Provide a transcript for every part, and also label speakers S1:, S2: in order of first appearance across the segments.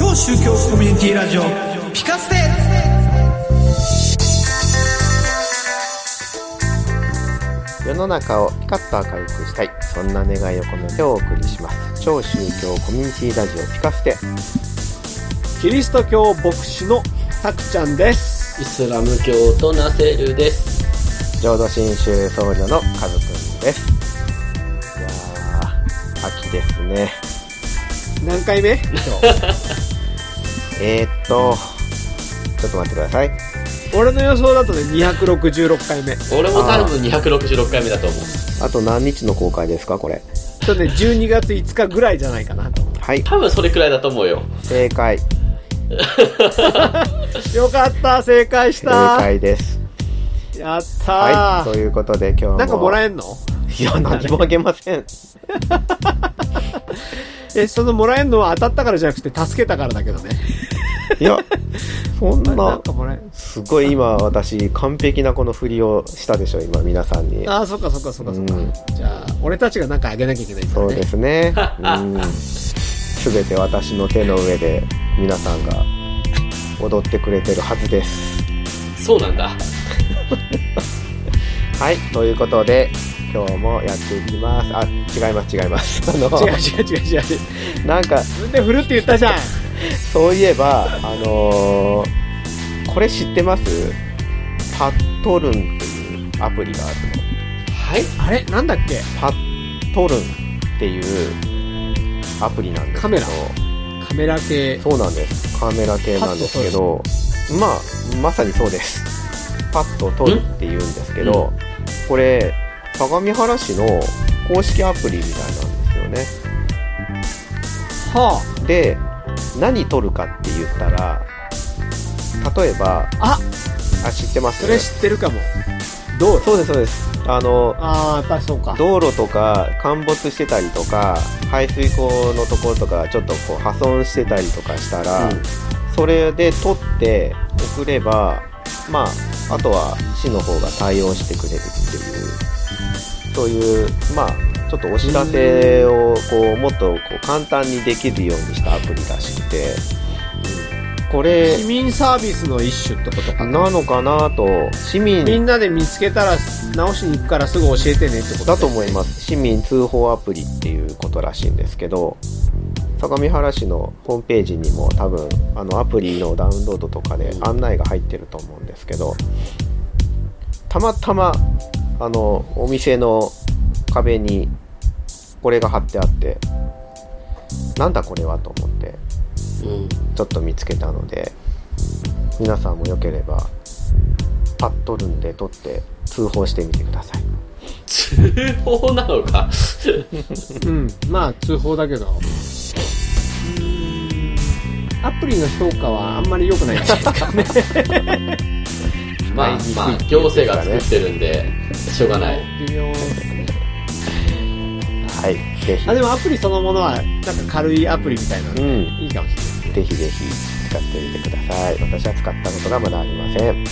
S1: 某宗教コミュニティラジオピカステ
S2: 世の中をピカッと明るくしたいそんな願いを込めてお送りします超宗教コミュニティラジオピカステ
S3: キリスト教牧師のたくちゃんです。
S4: イスラム教とナセルです。
S2: 浄土真宗僧侶のカズくんですいやー秋ですね
S3: 何回目
S2: えー、っとちょっと待ってください
S3: 俺の予想だとね、266回目。
S4: 俺も多分266回目だと思う。
S2: あと何日の公開ですかこれ
S3: とね、12月5日ぐらいじゃないかなと。
S2: はい
S4: 多分それくらいだと思うよ。
S2: 正解
S3: よかった、正解し
S2: 正
S3: た。
S2: 解です
S3: やったー、
S2: はいということで今日も
S3: なんかもら
S2: え
S3: えんの
S2: い や何もあげません
S3: え、そのもらえんのは当たったからじゃなくて、助けたからだけどね。
S2: いやそん
S3: なん
S2: な
S3: かもらえん。
S2: すごい今私完璧なこの振りをしたでしょ今皆さんに
S3: ああ、そっかそっかそっかそっか。
S2: うん
S3: じゃあ、俺たちがなんかあげなきゃいけないんだ
S2: そ
S3: よ
S2: うで
S3: ね。
S2: すねうん全て私の手の上で皆さんが踊ってくれてるはずです
S4: そうなんだ。
S2: はいということで今日もやっていきますあ違います違います あの
S3: 違う違う違う違う。自
S2: なんか
S3: 分で振るって言ったじゃん。
S2: そういえばあのーこれ知ってますパットルンっていうアプリがあるの
S4: はい
S3: あれなんだっけ
S2: パットルンっていうアプリなんですけど
S3: カメラカメラ系。
S2: そうなんですカメラ系なんですけどまあまさにそうですパッと撮るっていうんですけどこれ相模原市の公式アプリみたいなんですよ
S3: は
S2: ねで何撮るかって言ったら例えば
S3: あ。あ、
S2: あ知ってま
S3: それ
S2: す
S3: 知ってるかも。どう
S2: そうですそうですあの
S3: ああ、やっぱりそうか。
S2: 道路とか陥没してたりとか排水溝のところとかちょっとこう破損してたりとかしたら、
S3: うん
S2: それで取って送ればまああとは市の方が対応してくれるっていうそういうまあちょっとお知らせをこうもっとこう簡単にできるようにしたアプリらしくて、うんこれ
S3: 市民サービスの一種ってことかな。
S2: なのかなと市
S3: み
S2: 民
S3: んなで見つけたら直しに行くからすぐ教えてねってこと
S2: だと思います市民通報アプリっていうことらしいんですけど相模原市のホームページにも多分あのアプリのダウンロードとかで案内が入ってると思うんですけどたまたまあのお店の壁にこれが貼ってあってなんだこれはと思って
S4: うん。
S2: ちょっと見つけたので皆さんもよければパッとるんで撮って通報してみてください
S4: 通報なのか。
S3: うん。まあ、通報だけど。アプリの評価はあんまり良くないですかね。
S4: まあ
S2: はい
S4: まあ、行政が作ってるんで、しょうがない。
S3: 微妙ですね。
S2: はいぜひ
S3: あ、でもアプリそのものは、なんか軽いアプリみたいなの
S2: う
S3: で、
S2: ん
S3: いいかもしれないですね。
S2: ぜひぜひ使ってみてください。私は使ったことがまだありません。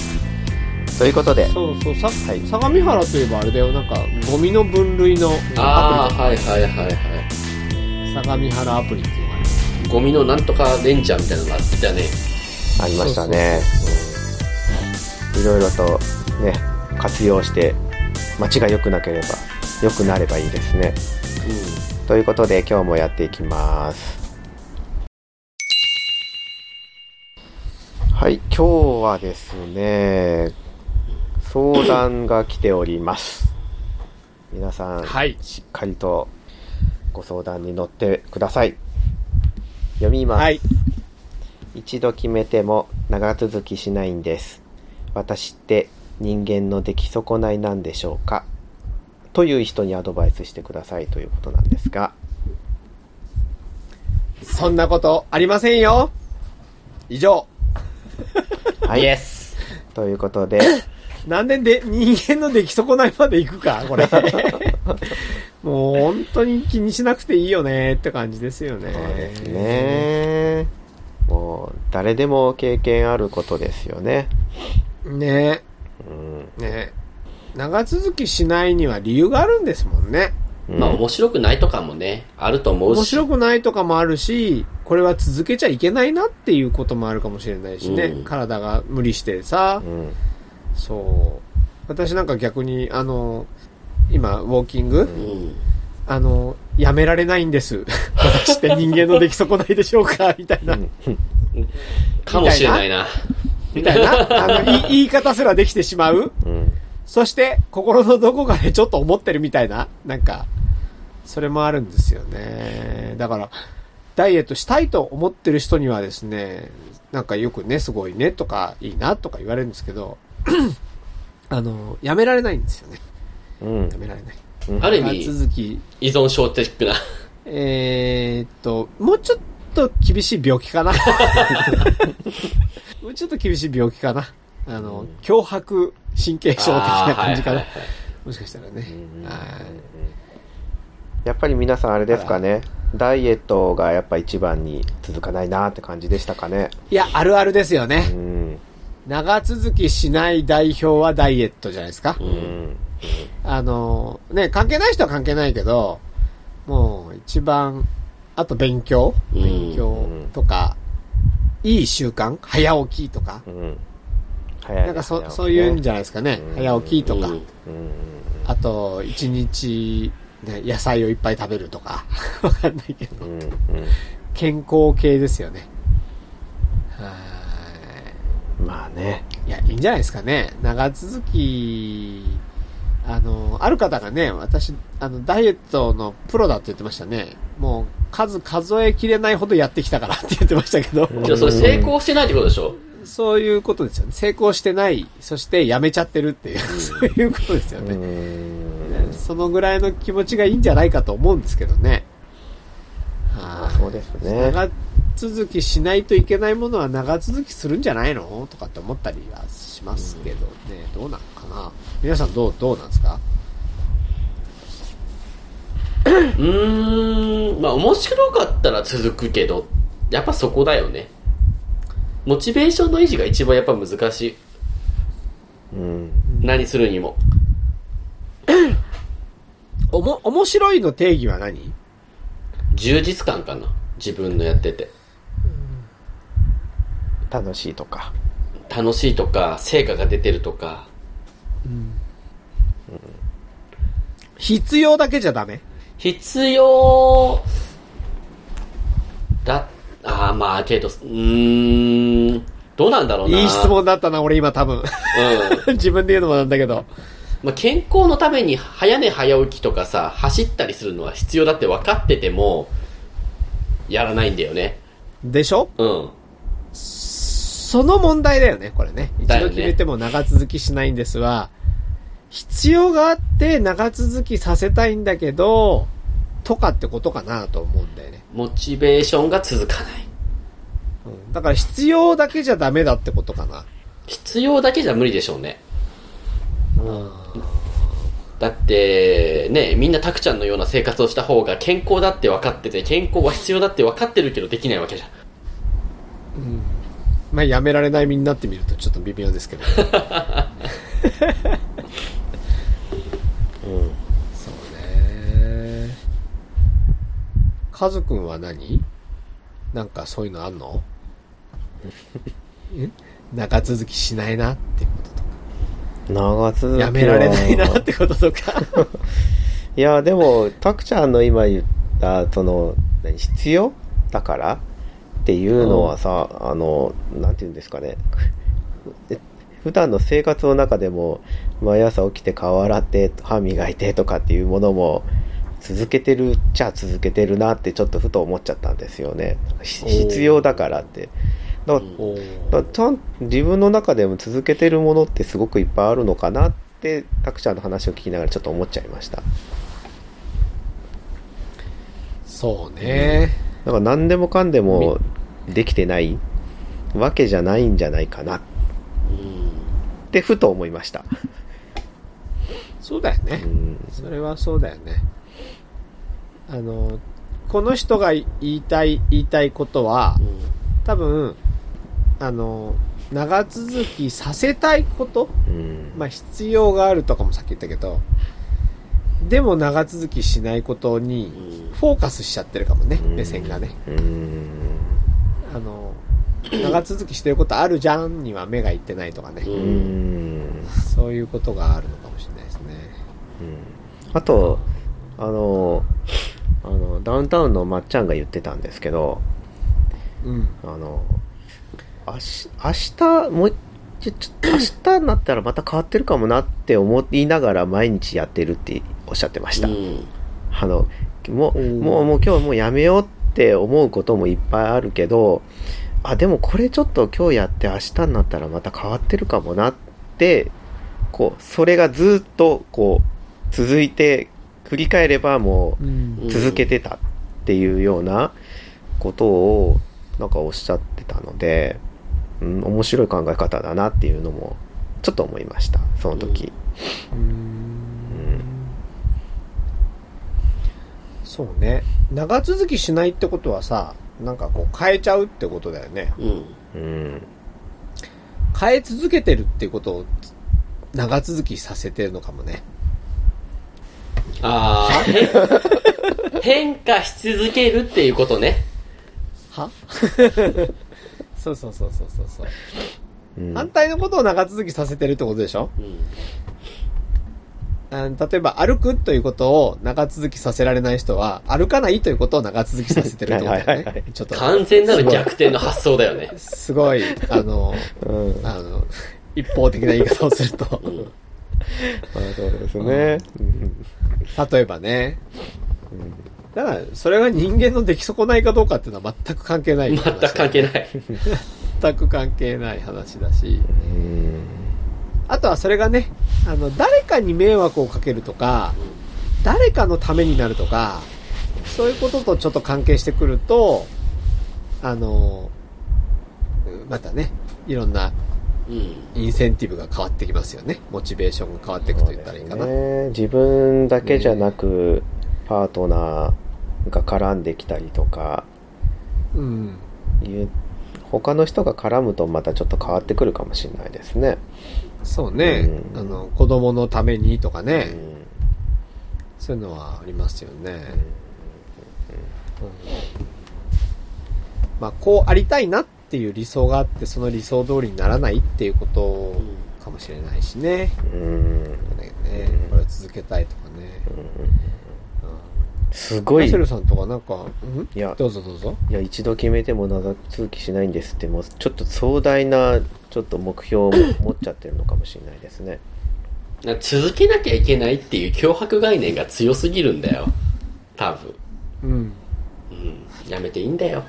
S2: ということで、
S3: そうそう、さ、
S2: はい
S3: 相模原といえばあれだよ、なんか、ゴミの分類の
S4: あ
S3: ア
S4: あ、はいはいはいは
S3: プリとか、相模原アプリっていうのがあります
S4: い。ゴミのなんとかレンジャーみたいなのがあったね。
S2: ありましたね。いろいろとね、活用して、街が良くなければ、良くなればいいですね。ということで、今日もやっていきます。はい、今日はですね、相談が来ております。皆さん、
S3: はい
S2: しっかりとご相談に乗ってください。読みます。
S3: はい。
S2: 一度決めても長続きしないんです。私って人間の出来損ないなんでしょうかという人にアドバイスしてくださいということなんですが。
S3: そんなことありませんよ。以上。
S2: はい。
S4: イエス。
S2: ということで、
S3: なんでで人間の出来損ないまで行くか、これ。もう本当に気にしなくていいよねって感じですよね。
S2: そうですね。もう誰でも経験あることですよね。
S3: ね
S2: うん。
S3: ね長続きしないには理由があるんですもんね。
S2: うん
S4: まあ面白くないとかもね、あると思う
S3: 面
S4: し。
S3: 白くないとかもあるし、これは続けちゃいけないなっていうこともあるかもしれないしね。
S4: うん
S3: 体が無理してさ、
S2: うん
S3: そう。私なんか逆に、あの、今、ウォーキン
S4: う
S3: グ、
S4: ん。
S3: あの、やめられないんです。 私って人間の出来損ないでしょうかみたいな。
S4: かもしれないな。
S3: みたいな。あの、い言い方すらできてしまう。
S2: うん
S3: そして、心のどこかでちょっと思ってるみたいな。なんか、それもあるんですよね。だから、ダイエットしたいと思ってる人にはですね、なんかよくね、すごいねとか、いいなとか言われるんですけど、 あの、やめられないんですよね。
S2: うん
S3: やめられない。
S4: ある意
S3: 長
S4: 味、
S3: 続き、
S4: 依存症的な。
S3: えーっと、もうちょっと厳しい病気 かな。もうちょっと厳しい病気かな。あの、脅迫神経症的な感じ
S4: あーはいは
S3: かな。
S4: いはい
S3: もしかしたらね。はい
S2: やっぱり皆さんあれですかねダイエットがやっぱ一番に続かないなって感じでしたかね
S3: いや、あるあるですよ
S2: う
S3: ね。
S2: ん
S3: 長続きしない代表はダイエットじゃないですか。
S2: うん
S3: あの、ね、関係ない人は関係ないけど、もう一番、あと勉強
S4: うん
S3: 勉強とか、いい習慣早起きとか。
S2: うん早い
S3: なんか
S2: 早
S3: そ、
S2: 起きね
S3: そういうんじゃないですかね。
S2: うん
S3: 早起きとか、
S4: うん
S2: うん
S3: あと、一日、ね、野菜をいっぱい食べるとか、 わかんないけど、
S2: うんうん
S3: 健康系ですよね。は
S2: まあね
S3: ーい。いや、いいんじゃないですかね。長続き、あの、ある方がね、私、あの、ダイエットのプロだって言ってましたね。もう、数数えきれないほどやってきたからって言ってましたけど、
S4: じゃあそれ成功してないってことでしょ
S3: そういうことですよね。成功してない、そしてやめちゃってるっていう、 そういうことですよね。
S2: うん
S3: そのぐらいの気持ちがいいんじゃないかと思うんですけどね。は
S2: あそうですね
S3: 長続きしないといけないものは長続きするんじゃないのとかって思ったりはしますけどね。どうなのかな皆さんどう、どうなんですか
S4: うーん、まあ面白かったら続くけど、やっぱそこだよね。モチベーションの維持が一番やっぱ難しい。
S2: うん
S4: 何するにも。
S3: おも、面白いの定義は何
S4: 充実感かな。自分のやってて。
S2: 楽しいとか
S4: 楽しいとか、成果が出てるとか。
S3: 必要だけじゃダメ
S4: 必要だ、ああ、まあ、けど、うーん、どうなんだろうな。
S3: いい質。問だったな、俺今多分。
S4: うん。
S3: 自分で言うのもなんだけど。
S4: まあ、健康のために早寝早起きとかさ、走ったりするのは必要だって分かってても、やらないんだよね。
S3: でしょ
S4: うん。
S3: その問題だよね、これね。一
S4: だよ
S3: 度
S4: ね
S3: 決めても長続きしないんですは、必要があって長続きさせたいんだけど、とかってことかなと思うんだよね。
S4: モチベーションが続かない。
S3: うん、だから必要だけじゃダメだってことかな。
S4: 必要だけじゃ無理でしょうね。だって、ね、みんなタクちゃんのような生活をした方が健康だって分かってて、健康は必要だって分かってるけどできないわけじゃん。
S3: まあ、やめられない身になってみるとちょっと微妙 ですけど。うん、そうね。カズくんは何なんかそういうのあ んのえ長続きしないなっていうこととか。
S2: 長続きは
S3: やめられないなってこと とか。
S2: いやでもたくちゃんの今言ったその何必要だからっていうのはさ、あのなんて言うんですかねえ普段の生活の中でも毎朝起きて顔洗って歯磨いてとかっていうものも続けてるっちゃ続けてるなってちょっとふと思っちゃったんですよねし
S3: おー
S2: 必要だからってだからだちゃん自分の中でも続けてるものってすごくいっぱいあるのかなってたくちゃんの話を聞きながらちょっと思っちゃいました
S3: そうね。
S2: なんか何でもかんでもできてないわけじゃないんじゃないかなっ
S4: うん。
S2: てふと思いました。
S3: そうだよね
S2: う。ん
S3: それはそうだよね。あの、この人が言いたい、言いたいことは、多分、あの、長続きさせたいこと、
S2: うん
S3: まあ必要があるとかもさっき言ったけど、でも長続きしないことにフォーカスしちゃってるかもね、目線がね。
S2: うーん
S3: あの、長続きしてることあるじゃんには目がいってないとかね。
S4: う
S2: うー
S4: ん。
S2: ん
S3: そういうことがあるのかもしれないですね。
S2: うんあとあのあのダウンタウンのまっちゃんが言ってたんですけど
S3: うん。
S2: あのあし明日もうちょちょ明日になったらまた変わってるかもなって思いながら毎日やってるっておっしゃってました、
S4: うん
S2: あのもう
S3: おー
S2: もうもう今日はもうやめようって思うこともいっぱいあるけどあでもこれちょっと今日やって明日になったらまた変わってるかもなってこうそれがずっとこう続いて振り返ればも
S3: うん
S2: う続けてたっていうようなことをなんかおっしゃってたので、うん、面白い考え方だなっていうのもちょっと思いましたその時。
S3: そうね。長続きしないってことはさ、なんかこう変えちゃうってことだよね。
S4: うん。
S2: うん
S3: 変え続けてるってことを長続きさせてるのかもね。
S4: ああ、へん 変化し続けるっていうことね。
S3: は そうそうそうそうそうそう。
S2: うん
S3: 反対のことを長続きさせてるってことでしょ
S4: うん。
S3: あの例えば歩くということを長続きさせられない人は、歩かないということを長続きさせてるってことだ
S2: はいは
S3: よ
S2: いはい
S3: ね。ちょっと。
S4: 完全なる逆転の発想だよね。
S3: すごい、あの、
S2: うん
S3: あの、一方的な言い方をすると。
S2: あそうですね。
S3: 例えばね。だから、それが人間の出来損ないかどうかっていうのは全く関係ない
S4: 全
S3: 話だよ
S4: く関係ない。
S3: 全く関係ない話だし。
S2: うん。
S3: あとはそれがね、あの、誰かに迷惑をかけるとか、誰かのためになるとか、そういうこととちょっと関係してくると、あの、またね、いろんな
S4: うん。
S3: インセンティブが変わってきますよね。モチベーションが変わっていくと言ったらいいかな。
S2: ね、自分だけじゃなく、パートナーが絡んできたりとか、
S3: うん。
S2: いう、他の人が絡むとまたちょっと変わってくるかもしれないですね。
S3: そうね、
S2: うん
S3: あの、子供のためにとか
S2: う
S3: ね、
S2: ん
S3: そういうのはありますよね。うんまあ、こうありたいなっていう理想があって、その理想通りにならないっていうことかもしれないしね。
S2: うん。
S3: だけどね、これを続けたいとかね。
S2: す
S3: うん。
S2: ごい。
S3: マ
S2: い
S3: シェルさんとかなんか、うん
S2: いや
S3: どうぞどうぞ。
S2: や、一度決めても長続きしないんですって、もうちょっと壮大な、ちょっと目標を持っちゃってるのかもしれないですね。
S4: 続けなきゃいけないっていう脅迫概念が強すぎるんだよ。多分。
S3: うん。
S4: うん。やめていいんだよ。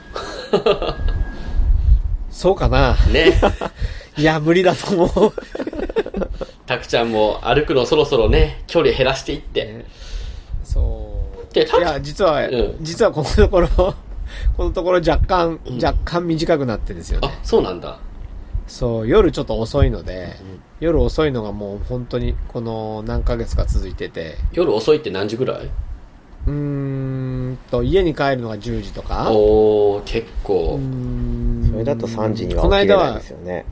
S3: そうかな
S4: ね。
S3: いや、無理だと思う。
S4: たくちゃんも歩くのそろそろね、距離減らしていって。
S3: ねそう。
S4: でた
S3: いや、実は、
S4: うん
S3: 実はこのところ、このところ若干、若干短くなってですよね
S4: あ。、そうなんだ。
S3: そう、夜ちょっと遅いので、夜遅いのがもう本当にこの何ヶ月か続いてて、
S4: 夜遅いって何時ぐらいう
S3: ーんと、家に帰るのが10時とか、う
S4: おー、結構
S3: ー。ん
S2: それだと3時には
S3: この
S2: 起きれ
S3: 間
S2: ないで
S3: は
S2: す、よね。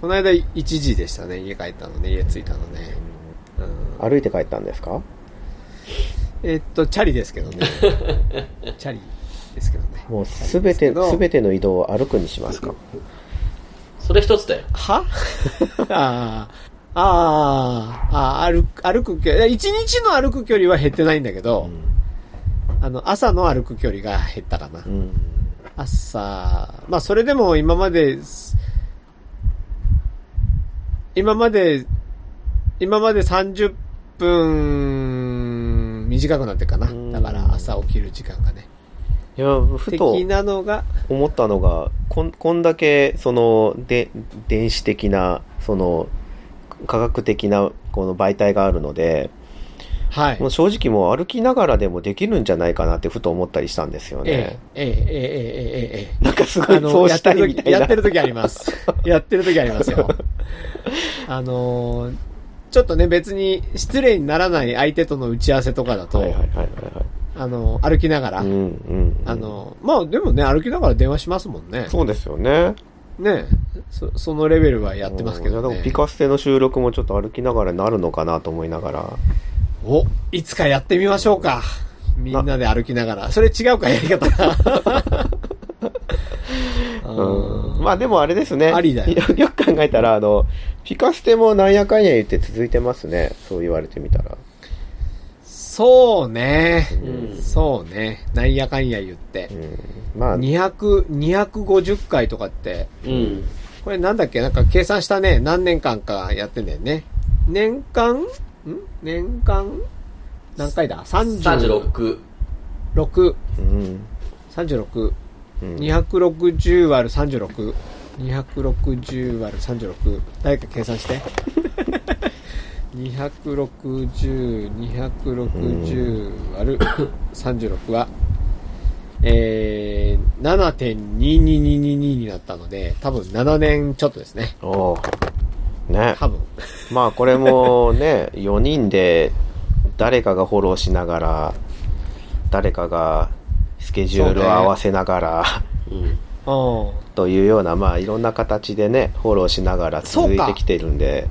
S3: この間1時でしたね、家帰ったのね、家着いたのね。うん
S2: 歩いて帰ったんですか
S3: えっと、チャリですけど ね。チャリですけどね。
S2: もうすべて、
S3: ですけど
S2: すべての移動を歩くにしますか
S4: それ一つだよ。
S3: はあーあー、あー歩く、歩く距離、1日の歩く距離は減ってないんだけど、あの、朝の歩く距離が減ったかな。
S2: うん。
S3: 朝、まあそれでも今まで、す今まで、今まで30分短くなってるかな。
S2: ん
S3: だから朝起きる時間がね。
S2: いや、ふと
S3: 的なのが、
S2: 思ったのが、こん、こんだけ、その、で、電子的な、その、科学的な、この媒体があるので、
S3: はい
S2: もう。正直もう歩きながらでもできるんじゃないかなってふと思ったりしたんですよ
S3: え
S2: ね。
S3: え、ええ、ええ、ええ、ええ。
S2: なんかすご
S3: あ
S2: い、そ
S3: の、
S2: う
S3: やっ
S2: してた
S3: る
S2: いみ
S3: 時
S2: たいな。
S3: やってる時あ ります。やってる時ありますよ。あのーちょっとね、別に失礼にならない相手との打ち合わせとかだと、
S2: はいはいはいはいは
S3: あのー歩きながら、
S2: い。うんうん。
S3: あ、のーまあでもね、歩きながら電話しますもんね。
S2: そうですよね。
S3: ねそ、そのレベルはやってますけ
S2: うんいや
S3: ど
S2: で
S3: ね
S2: も。ピカステの収録もちょっと歩きながらになるのかなと思いながら。
S4: お
S3: お、いつかやってみましょうか。みんなで歩きながら。それ違うか、やり方が。
S2: うんまあでもあれですね。
S3: ありだよ
S2: よ。よく考えたら、あの、ピカステもなんやかんや言って続いてますね。そう言われてみたら。
S3: そうね。
S4: うん
S3: そうね。なんやかんや言って
S2: う。ん。まあ、
S3: 200、250回とかって、
S4: うん。
S3: これなんだっけなんか計算したね。何年間かやってんだよね。年間ん年間何回だ ?36。
S4: 36。
S3: 36。
S2: うん。
S3: 36。
S2: うん
S3: 260割る36。260割る36。誰か計 算して。260、260割る36は、えー、7.22222になったので、多分7年ちょっとですね。
S2: おうね。
S3: 多分。
S2: まあこれもね、4人 で誰かがフォローしながら、誰かがスケジュールを合わせながら、
S4: うん。
S3: うん。
S2: というような、まあいろんな形でね、フォローしながら続いてきてるんで、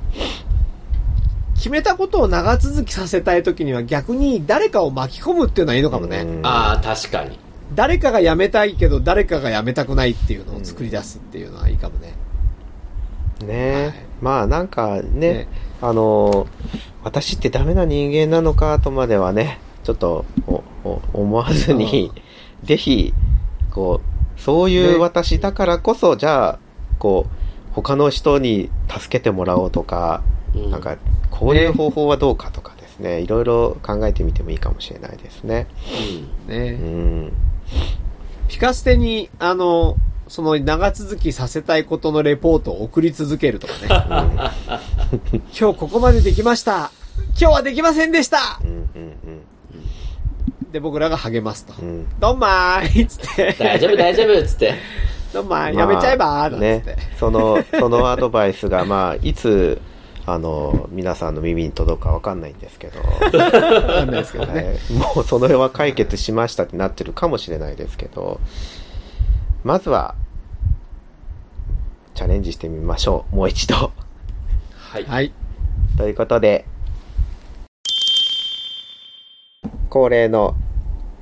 S3: 決めたことを長続きさせたい時には逆に誰かを巻き込むっていうのはいいのかもね。
S2: うん
S4: ああ、確かに。
S3: 誰かが辞めたいけど誰かが辞めたくないっていうのを作り出すっていうのはいいかもね。
S2: ね、
S3: はい
S2: まあなんかね
S3: ね
S2: あのー私ってダメな人間なのかとまではねちょっとおお思わずにぜひこうそういう
S3: ね
S2: 私だからこそ、じゃあこう他の人に助けてもらおうとか、
S4: うん
S2: なんかこういう方法はどうかとかですねいろいろ考えてみてもいいかもしれないですね
S3: ね
S2: うん
S3: ピカステに、あの、その長続きさせたいことのレポートを送り続けるとかね。今日ここまでできました。今日はできませんでした
S2: うんうん
S3: で、僕らが励ますと
S2: うんう。ん
S3: どんまーいっつって。
S4: 大丈夫、大丈夫っつって。
S3: どんまーい。やめちゃえばーなんつっ
S2: ね、
S3: て。
S2: そのそのアドバイスが、まあ、いつあの皆さんの耳に届くかわかんないんですけど、は
S3: わかんないですけどね。
S2: い、もうその辺は解決しましたってなってるかもしれないですけどまずはチャレンジしてみましょうもう一度
S4: はい。
S3: はい。
S2: ということで恒例の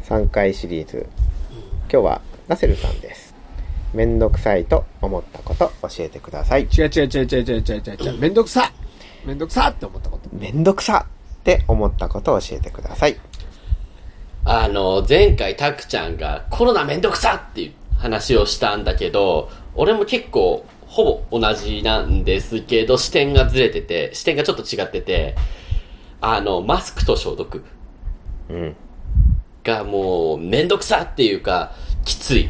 S2: 3回シリーズ今日はナセルさんですめんどくさいと思ったこと教えてください
S3: 違う違う違う違う違う違う違う。めんどくさめんどくさって思ったこと。
S2: めんどくさって思ったことを教えてください。
S4: あの、前回たくちゃんがコロナめんどくさっていう話をしたんだけど、俺も結構ほぼ同じなんですけど、視点がずれてて、視点がちょっと違ってて、あの、マスクと消毒
S2: うん。
S4: がもうめんどくさっていうか、きつい。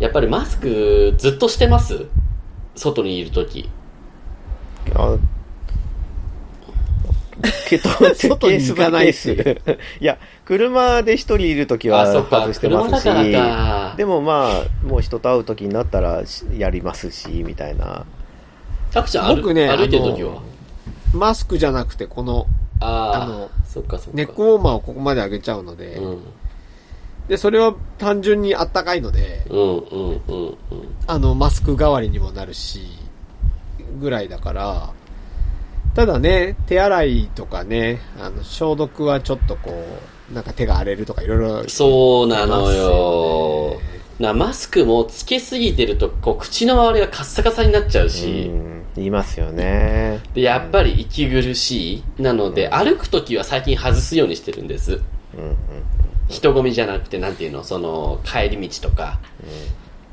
S4: やっぱりマスクずっとしてます外にいるとき。
S2: あけど
S3: 外に行かな いし
S2: ケースバイケースいや、車で一人いるときは
S4: あそっか
S2: 外してます
S4: 車だからか
S2: し、でもまあ、もう人と会うときになったらしやりますし、みたいな。
S4: たくちゃん歩,、
S3: 僕ね
S4: 歩いてるときは
S3: マスクじゃなくて、この
S4: あ
S3: あの
S4: あ、そっかそっか。
S3: ネックウォーマーをここまで上げちゃうので、
S4: うん。
S3: で、それは単純にあったかいので、
S4: うんうんうんうん。
S3: あの、マスク代わりにもなるし、ぐらいだから、ただね、手洗いとかね、あの、消毒はちょっとこう、なんか手が荒れるとかいろいろ。
S4: そうなのよ
S3: いますよ。
S4: なマスクもつけすぎてるとこう口の周りがカッサカサになっちゃう
S2: う
S4: し、
S2: ん、言いますよね。
S4: でやっぱり息苦しいなので、歩く時は最近外すようにしてるんです
S2: うんうん。
S4: 人混みじゃなくてなんていうのその帰り道とか、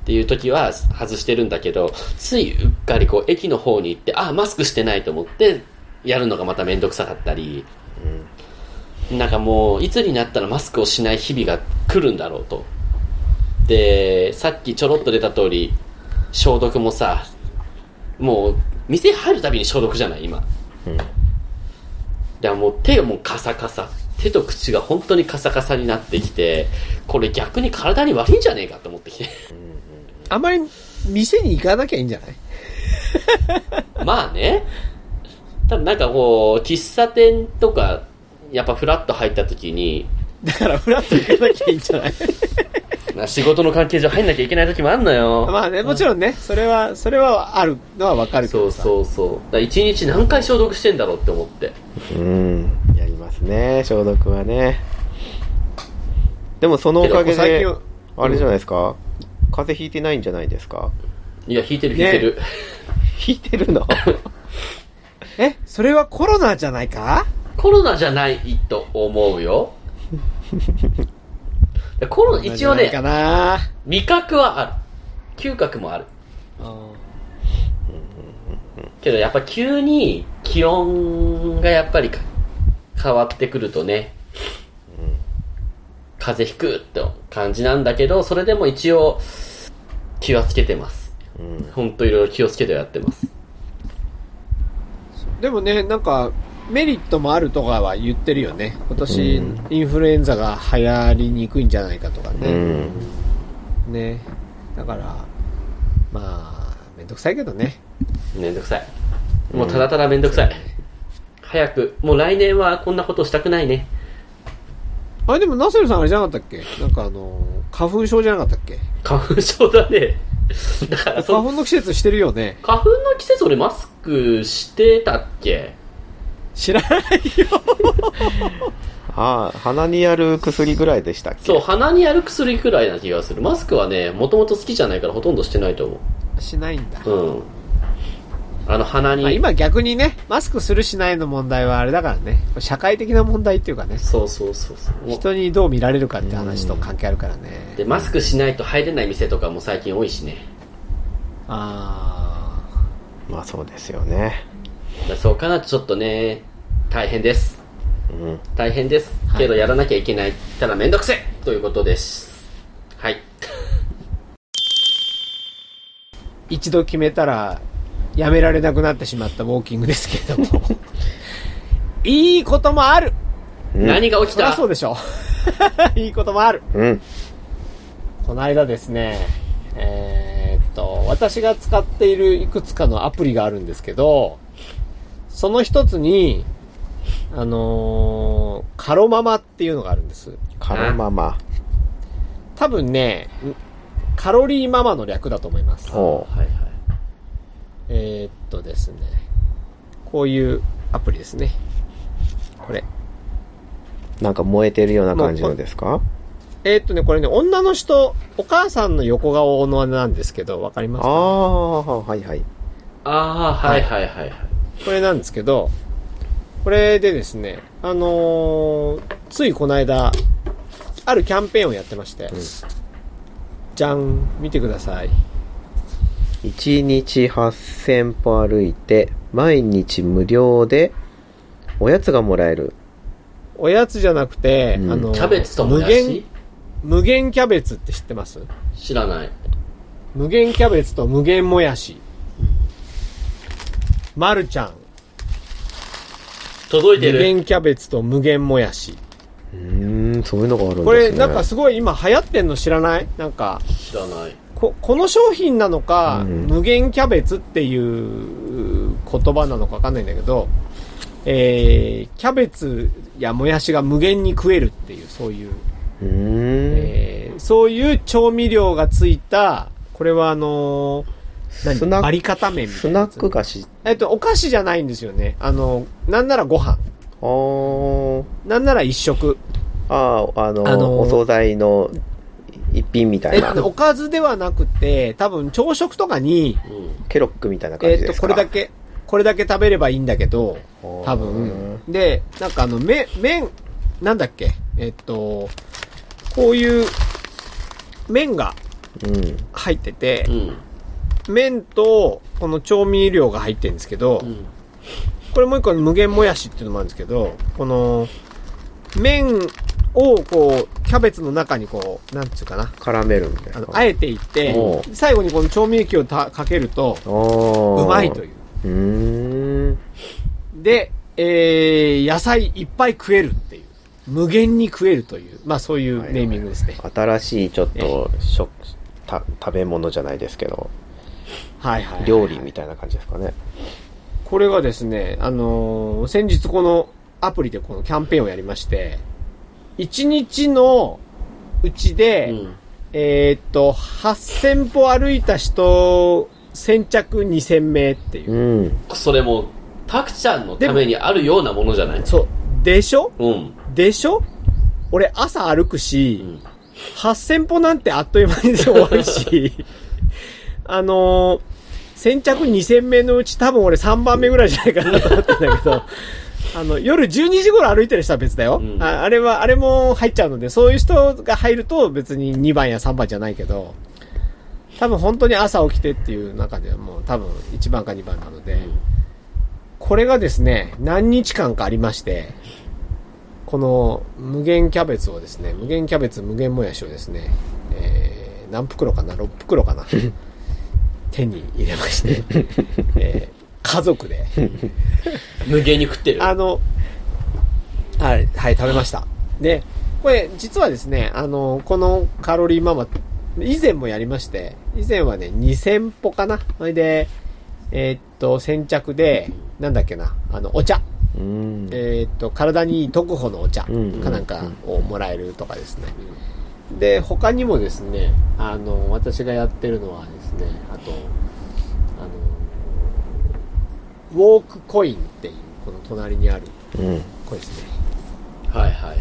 S4: っていう時は外してるんだけどついうっかりこう駅の方に行ってあマスクしてないと思ってやるのがまた面倒くさかったり、なんかもういつになったらマスクをしない日々が来るんだろうとでさっきちょろっと出た通り消毒もさもう店入るたびに消毒じゃない今
S2: うん
S4: いやもう手がもうカサカサ手と口が本当にカサカサになってきてこれ逆に体に悪いんじゃねえかと思ってきて
S3: あんまり店に行かなきゃいいんじゃない
S4: まあねただなんかこう喫茶店とかやっぱフラッと入った時に
S3: だから、フラッと行かなきゃいいんじゃ ない
S4: まあ仕事の関係上入んなきゃいけない時もあんのよ
S3: まあね、もちろんね、それは、それはあるのはわかるけ
S4: そ
S3: ど
S4: う
S3: さ。
S4: そうそうだから一日何回消毒してんだろうって思って
S2: うん。やりますですね、消毒はね。でもそのお
S4: けど
S2: かげ
S3: 最
S2: で
S3: 近、は
S2: あれじゃないですか、風邪ひいてないんじゃないですか。
S4: いや、引いてる引いてる。
S2: ひいてるの
S3: え、それはコロナじゃないか
S4: コロナじゃないと思うよ。コロナ、一応
S3: コロナじゃ
S4: ね、
S3: ないか
S4: 味覚はある。嗅覚もある。
S3: なうん
S4: けどやっぱ急に気温がやっぱりか変わってくるとね、風邪ひくって感じなんだけど、それでも一応気はつけてます。ほんといろいろ気をつけてやってます。
S3: でもね、なんか、メリットもあるとかは言ってるよね。今年、
S2: うん
S3: インフルエンザが流行りにくいんじゃないかとか
S2: う
S3: ね。
S2: ん。
S3: ね。だから、まあ、めんどくさいけどね。
S4: めんどくさい。もうただただめんどくさい。早く、もう来年はこんなことしたくないね。
S3: あれでも、ナセルさんあれじゃなかったっけなんかあの、花粉症じゃなかったっけ
S4: 花粉症だね。 だから
S3: 花
S4: その
S3: 粉の季節してるよね。
S4: 花粉の季節俺マスクしてたっけ
S3: 知らない
S2: ああ、鼻にやる薬ぐらいでしたっけ
S4: そう、鼻にやる薬くらいな気がする。マスクはね、もともと好きじゃないからほとんどしてないと思
S3: しないんだ。
S4: う。うん。あの、鼻
S3: まあ、
S4: に。
S3: 今逆にね、マスクするしないの問題はあれだからね。これ社会的な問題っていうかね。
S4: そうそうそうそう。もう
S3: 人にどう見られるかって話と関係あるからね。
S4: で、マスクしないと入れない店とかも最近多いしね。
S3: あー。
S2: まあそうですよね。
S4: だからそうかなとちょっとね、大変です。
S2: うん。
S4: 大変です。けどやらなきゃいけない。ただめんどくせえということです。はい。
S3: 一度決めたらやめられなくなってしまったウォーキングですけれ どもいいこともある
S2: うん
S4: 何が起き
S3: そりゃ
S4: た
S3: そうでしょ いいこともある
S2: うん。
S3: この間ですねえーっと私が使っているいくつかのアプリがあるんですけどその一つにあのーカロママっていうのがあるんです
S2: カロママ。
S3: 多分ねんカロリーママの略だと思います
S2: ほ
S4: はいはい。
S3: えーっとですね。こういうアプリですね。これ。
S2: う。なんか燃えてるような感じのですか
S3: えーっとね、これね、女の人、お母さんの横顔のなんですけど、わかりま
S2: あ
S3: すか
S2: あ、はいはい。
S4: ああ、はいはいはいはい。
S3: これなんですけど、これでですね、あのーついこの間、あるキャンペーンをやってまして、じゃん、見てください。
S2: 1日8000歩歩いて、毎日無料で、おやつがもらえる。
S3: おやつじゃなくて、
S2: うん
S3: あのー
S4: キャベツとも
S3: 無
S4: や
S3: 限
S4: し、
S3: 無限キャベツって知ってます
S4: 知らない。
S3: 無限キャベツと無限もやし。まるちゃん。
S4: 届いて
S3: 無
S4: る。
S3: 限キャベツと無限もやし。
S2: うーん、そういうのがあるんですね。
S3: これ、なんかすごい今流行ってんの知らないなんか、
S4: 知らない。
S3: こ、この商品なのか、
S2: うん
S3: 無限キャベツっていう言葉なのかわかんないんだけど、えー、キャベツやもやしが無限に食えるっていう、そういう、
S2: うーん。
S3: えー、そういう調味料がついた、これはあのー、
S2: スナッ
S3: 何
S2: ク
S3: あり方麺みた
S2: ス
S3: いな
S2: ナ
S3: やつ。
S2: ック菓子。
S3: えっと、お菓子じゃないんですよね。あの、なんならご飯。
S2: あー
S3: なんなら一食。
S2: あー、あの、
S3: あの
S2: お惣菜の一品みた
S3: え
S2: い
S3: っ
S2: な。
S3: と、おかずではなくて、多分朝食とかに、
S4: うん。
S2: ケロックみたいな感
S3: え
S2: じで
S3: っと、
S2: す
S3: こ
S2: か、
S3: れだけ、これだけ食べればいいんだけど、
S2: ほう
S3: 多分。で、なんかあの、め、麺、なんだっけえっと、こういう、麺が
S2: うん。
S3: 入ってて
S4: う、ん。
S3: 麺と、この調味料が入ってるんですけど
S4: う、ん。
S3: これもう一個の無限もやしっていうのもあるんですけど、この、麺をこう、キャベツの中にこう、なんつうかな、
S2: 絡めるみたい
S3: あ
S2: な。
S3: の、あえていって
S2: お、う
S3: 最後にこの調味液をたかけると、
S2: う。
S3: うまいというう。
S2: うーん。
S3: で、えー、野菜いっぱい食えるっていう。無限に食えるという。まあそういうネーミングですね。
S2: 新しいちょっと食、た食べ物じゃないですけど、
S3: はいはい。
S2: 料理みたいな感じですかね。
S3: これがですね、あのー先日このアプリでこのキャンペーンをやりまして、1日のうちで、
S4: うん。
S3: えーっと、8000歩歩いた人、先着2000名っていう
S2: う。ん。
S4: それも、たくちゃんのためにあるようなものじゃない
S3: そう。でしょ
S4: うん。
S3: でしょ俺朝歩くし、
S4: うん
S3: 8000歩なんてあっという間に終わる し、あのー先着2000名のうち多分俺3番目ぐらいじゃないかなと思ってんだけど、あの、夜12時頃歩いてる人は別だよ、
S4: うん
S3: あ。あれは、あれも入っちゃうので、そういう人が入ると別に2番や3番じゃないけど、多分本当に朝起きてっていう中ではもう多分1番か2番なので、これがですね、何日間かありまして、この無限キャベツをですね、無限キャベツ、無限もやしをですね、えー、何袋かな ?6 袋かな 手に入れまして、えー、家族で、
S4: 無限に食ってる。
S3: あの、はい、はい、食べました。で、これ、実はですね、あの、このカロリーママ、以前もやりまして、以前はね、2000歩かなそれで、えーっと、先着で、なんだっけな、あの、お茶。
S2: うん
S3: えーっと、体にいい特保のお茶か
S2: うん
S3: なんかをもらえるとかですね。で、他にもですね、あの、私がやってるのはですね、あと、あの、ウォークコインっていう、この隣にある、
S2: うん
S3: これですね。
S4: はいはいはい。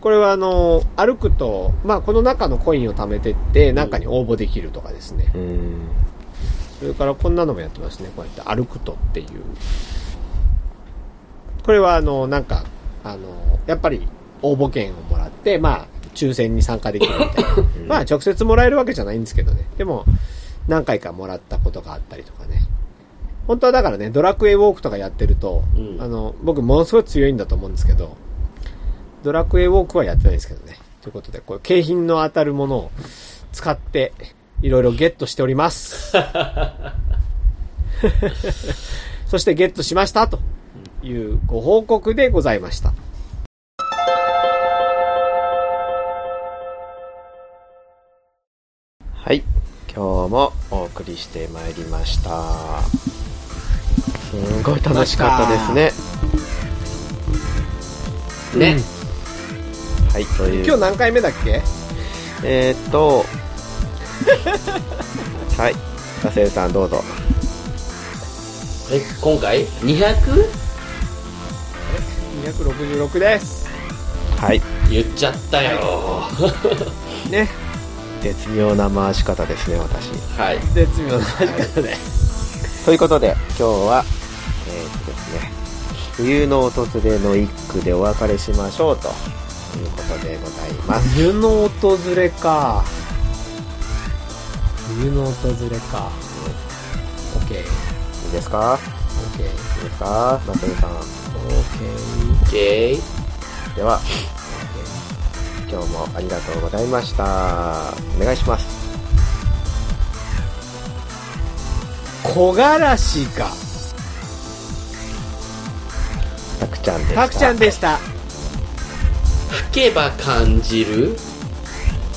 S3: これはあの、歩くと、まあこの中のコインを貯めてって、中に応募できるとかですね。
S2: うん
S3: それからこんなのもやってますね。こうやって歩くとっていう。これはあの、なんか、あの、やっぱり応募券をもらって、まあ、抽選に参加できるみたいな。まあ、直接もらえるわけじゃないんですけどね。でも、何回かもらったことがあったりとかね。本当はだからね、ドラクエウォークとかやってると、
S4: うん
S3: あの、僕ものすごい強いんだと思うんですけど、ドラクエウォークはやってないですけどね。ということで、これ景品の当たるものを使って、いろいろゲットしております。そしてゲットしましたというご報告でございました。
S2: はい今日もお送りしてまいりましたすごい楽しかったですね
S4: ね。
S2: はいという
S3: 今日何回目だっけ
S2: えー、っ とはい加瀬さんどうぞ
S4: え、今回 200?
S3: ?266 です。
S2: はい
S4: 言っちゃった よ。
S3: ね。
S2: 絶妙な回し方ですね私
S4: はい。
S3: 絶妙な回し方で。
S2: ということで今日はえー、っとですね冬の訪れの一句でお別れしましょうということでございます
S3: 冬の訪れか。冬の訪れか。オッケ
S2: い
S3: ー。
S2: いですか
S3: オッケー。
S2: いいですかマセルさん
S3: オッ
S4: OK。
S2: では今日もありがとうございましたお願いします
S3: ケー。木枯らしか。
S2: たくちゃんでした
S3: たくちゃんでした。
S4: 吹けば感じる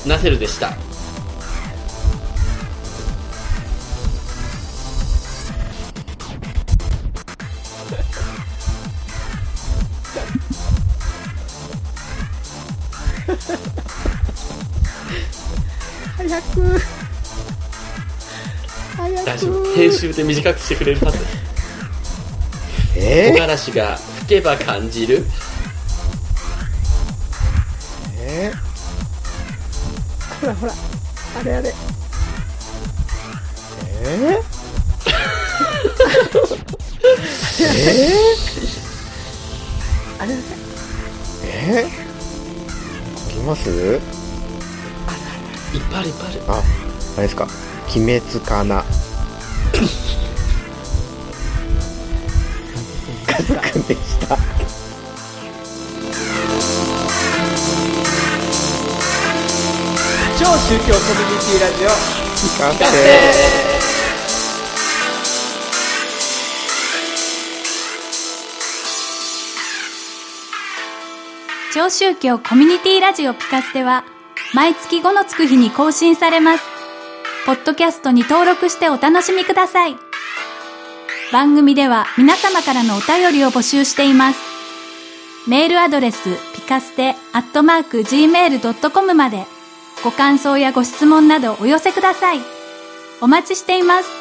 S4: ナセルでした。
S3: 早く。
S4: 大丈夫。編集で短くしてくれるはず。木
S2: えー
S4: 枯らしが吹けば感じる
S2: えー
S3: ほらほら。あれあれ。
S2: え
S3: あれあれ。
S2: ー、えー、きます
S4: いっぱいあるいっぱいある。
S2: ああれですか鬼滅か なカズくんでした
S3: 超宗教コミュニティラジオ。
S2: 完成
S5: 超宗教コミュニティラジオピカステは毎月5のつく日に更新されます。ポッドキャストに登録してお楽しみください。番組では皆様からのお便りを募集しています。メールアドレスピカステアットマーク gmail.com までご感想やご質問などお寄せください。お待ちしています。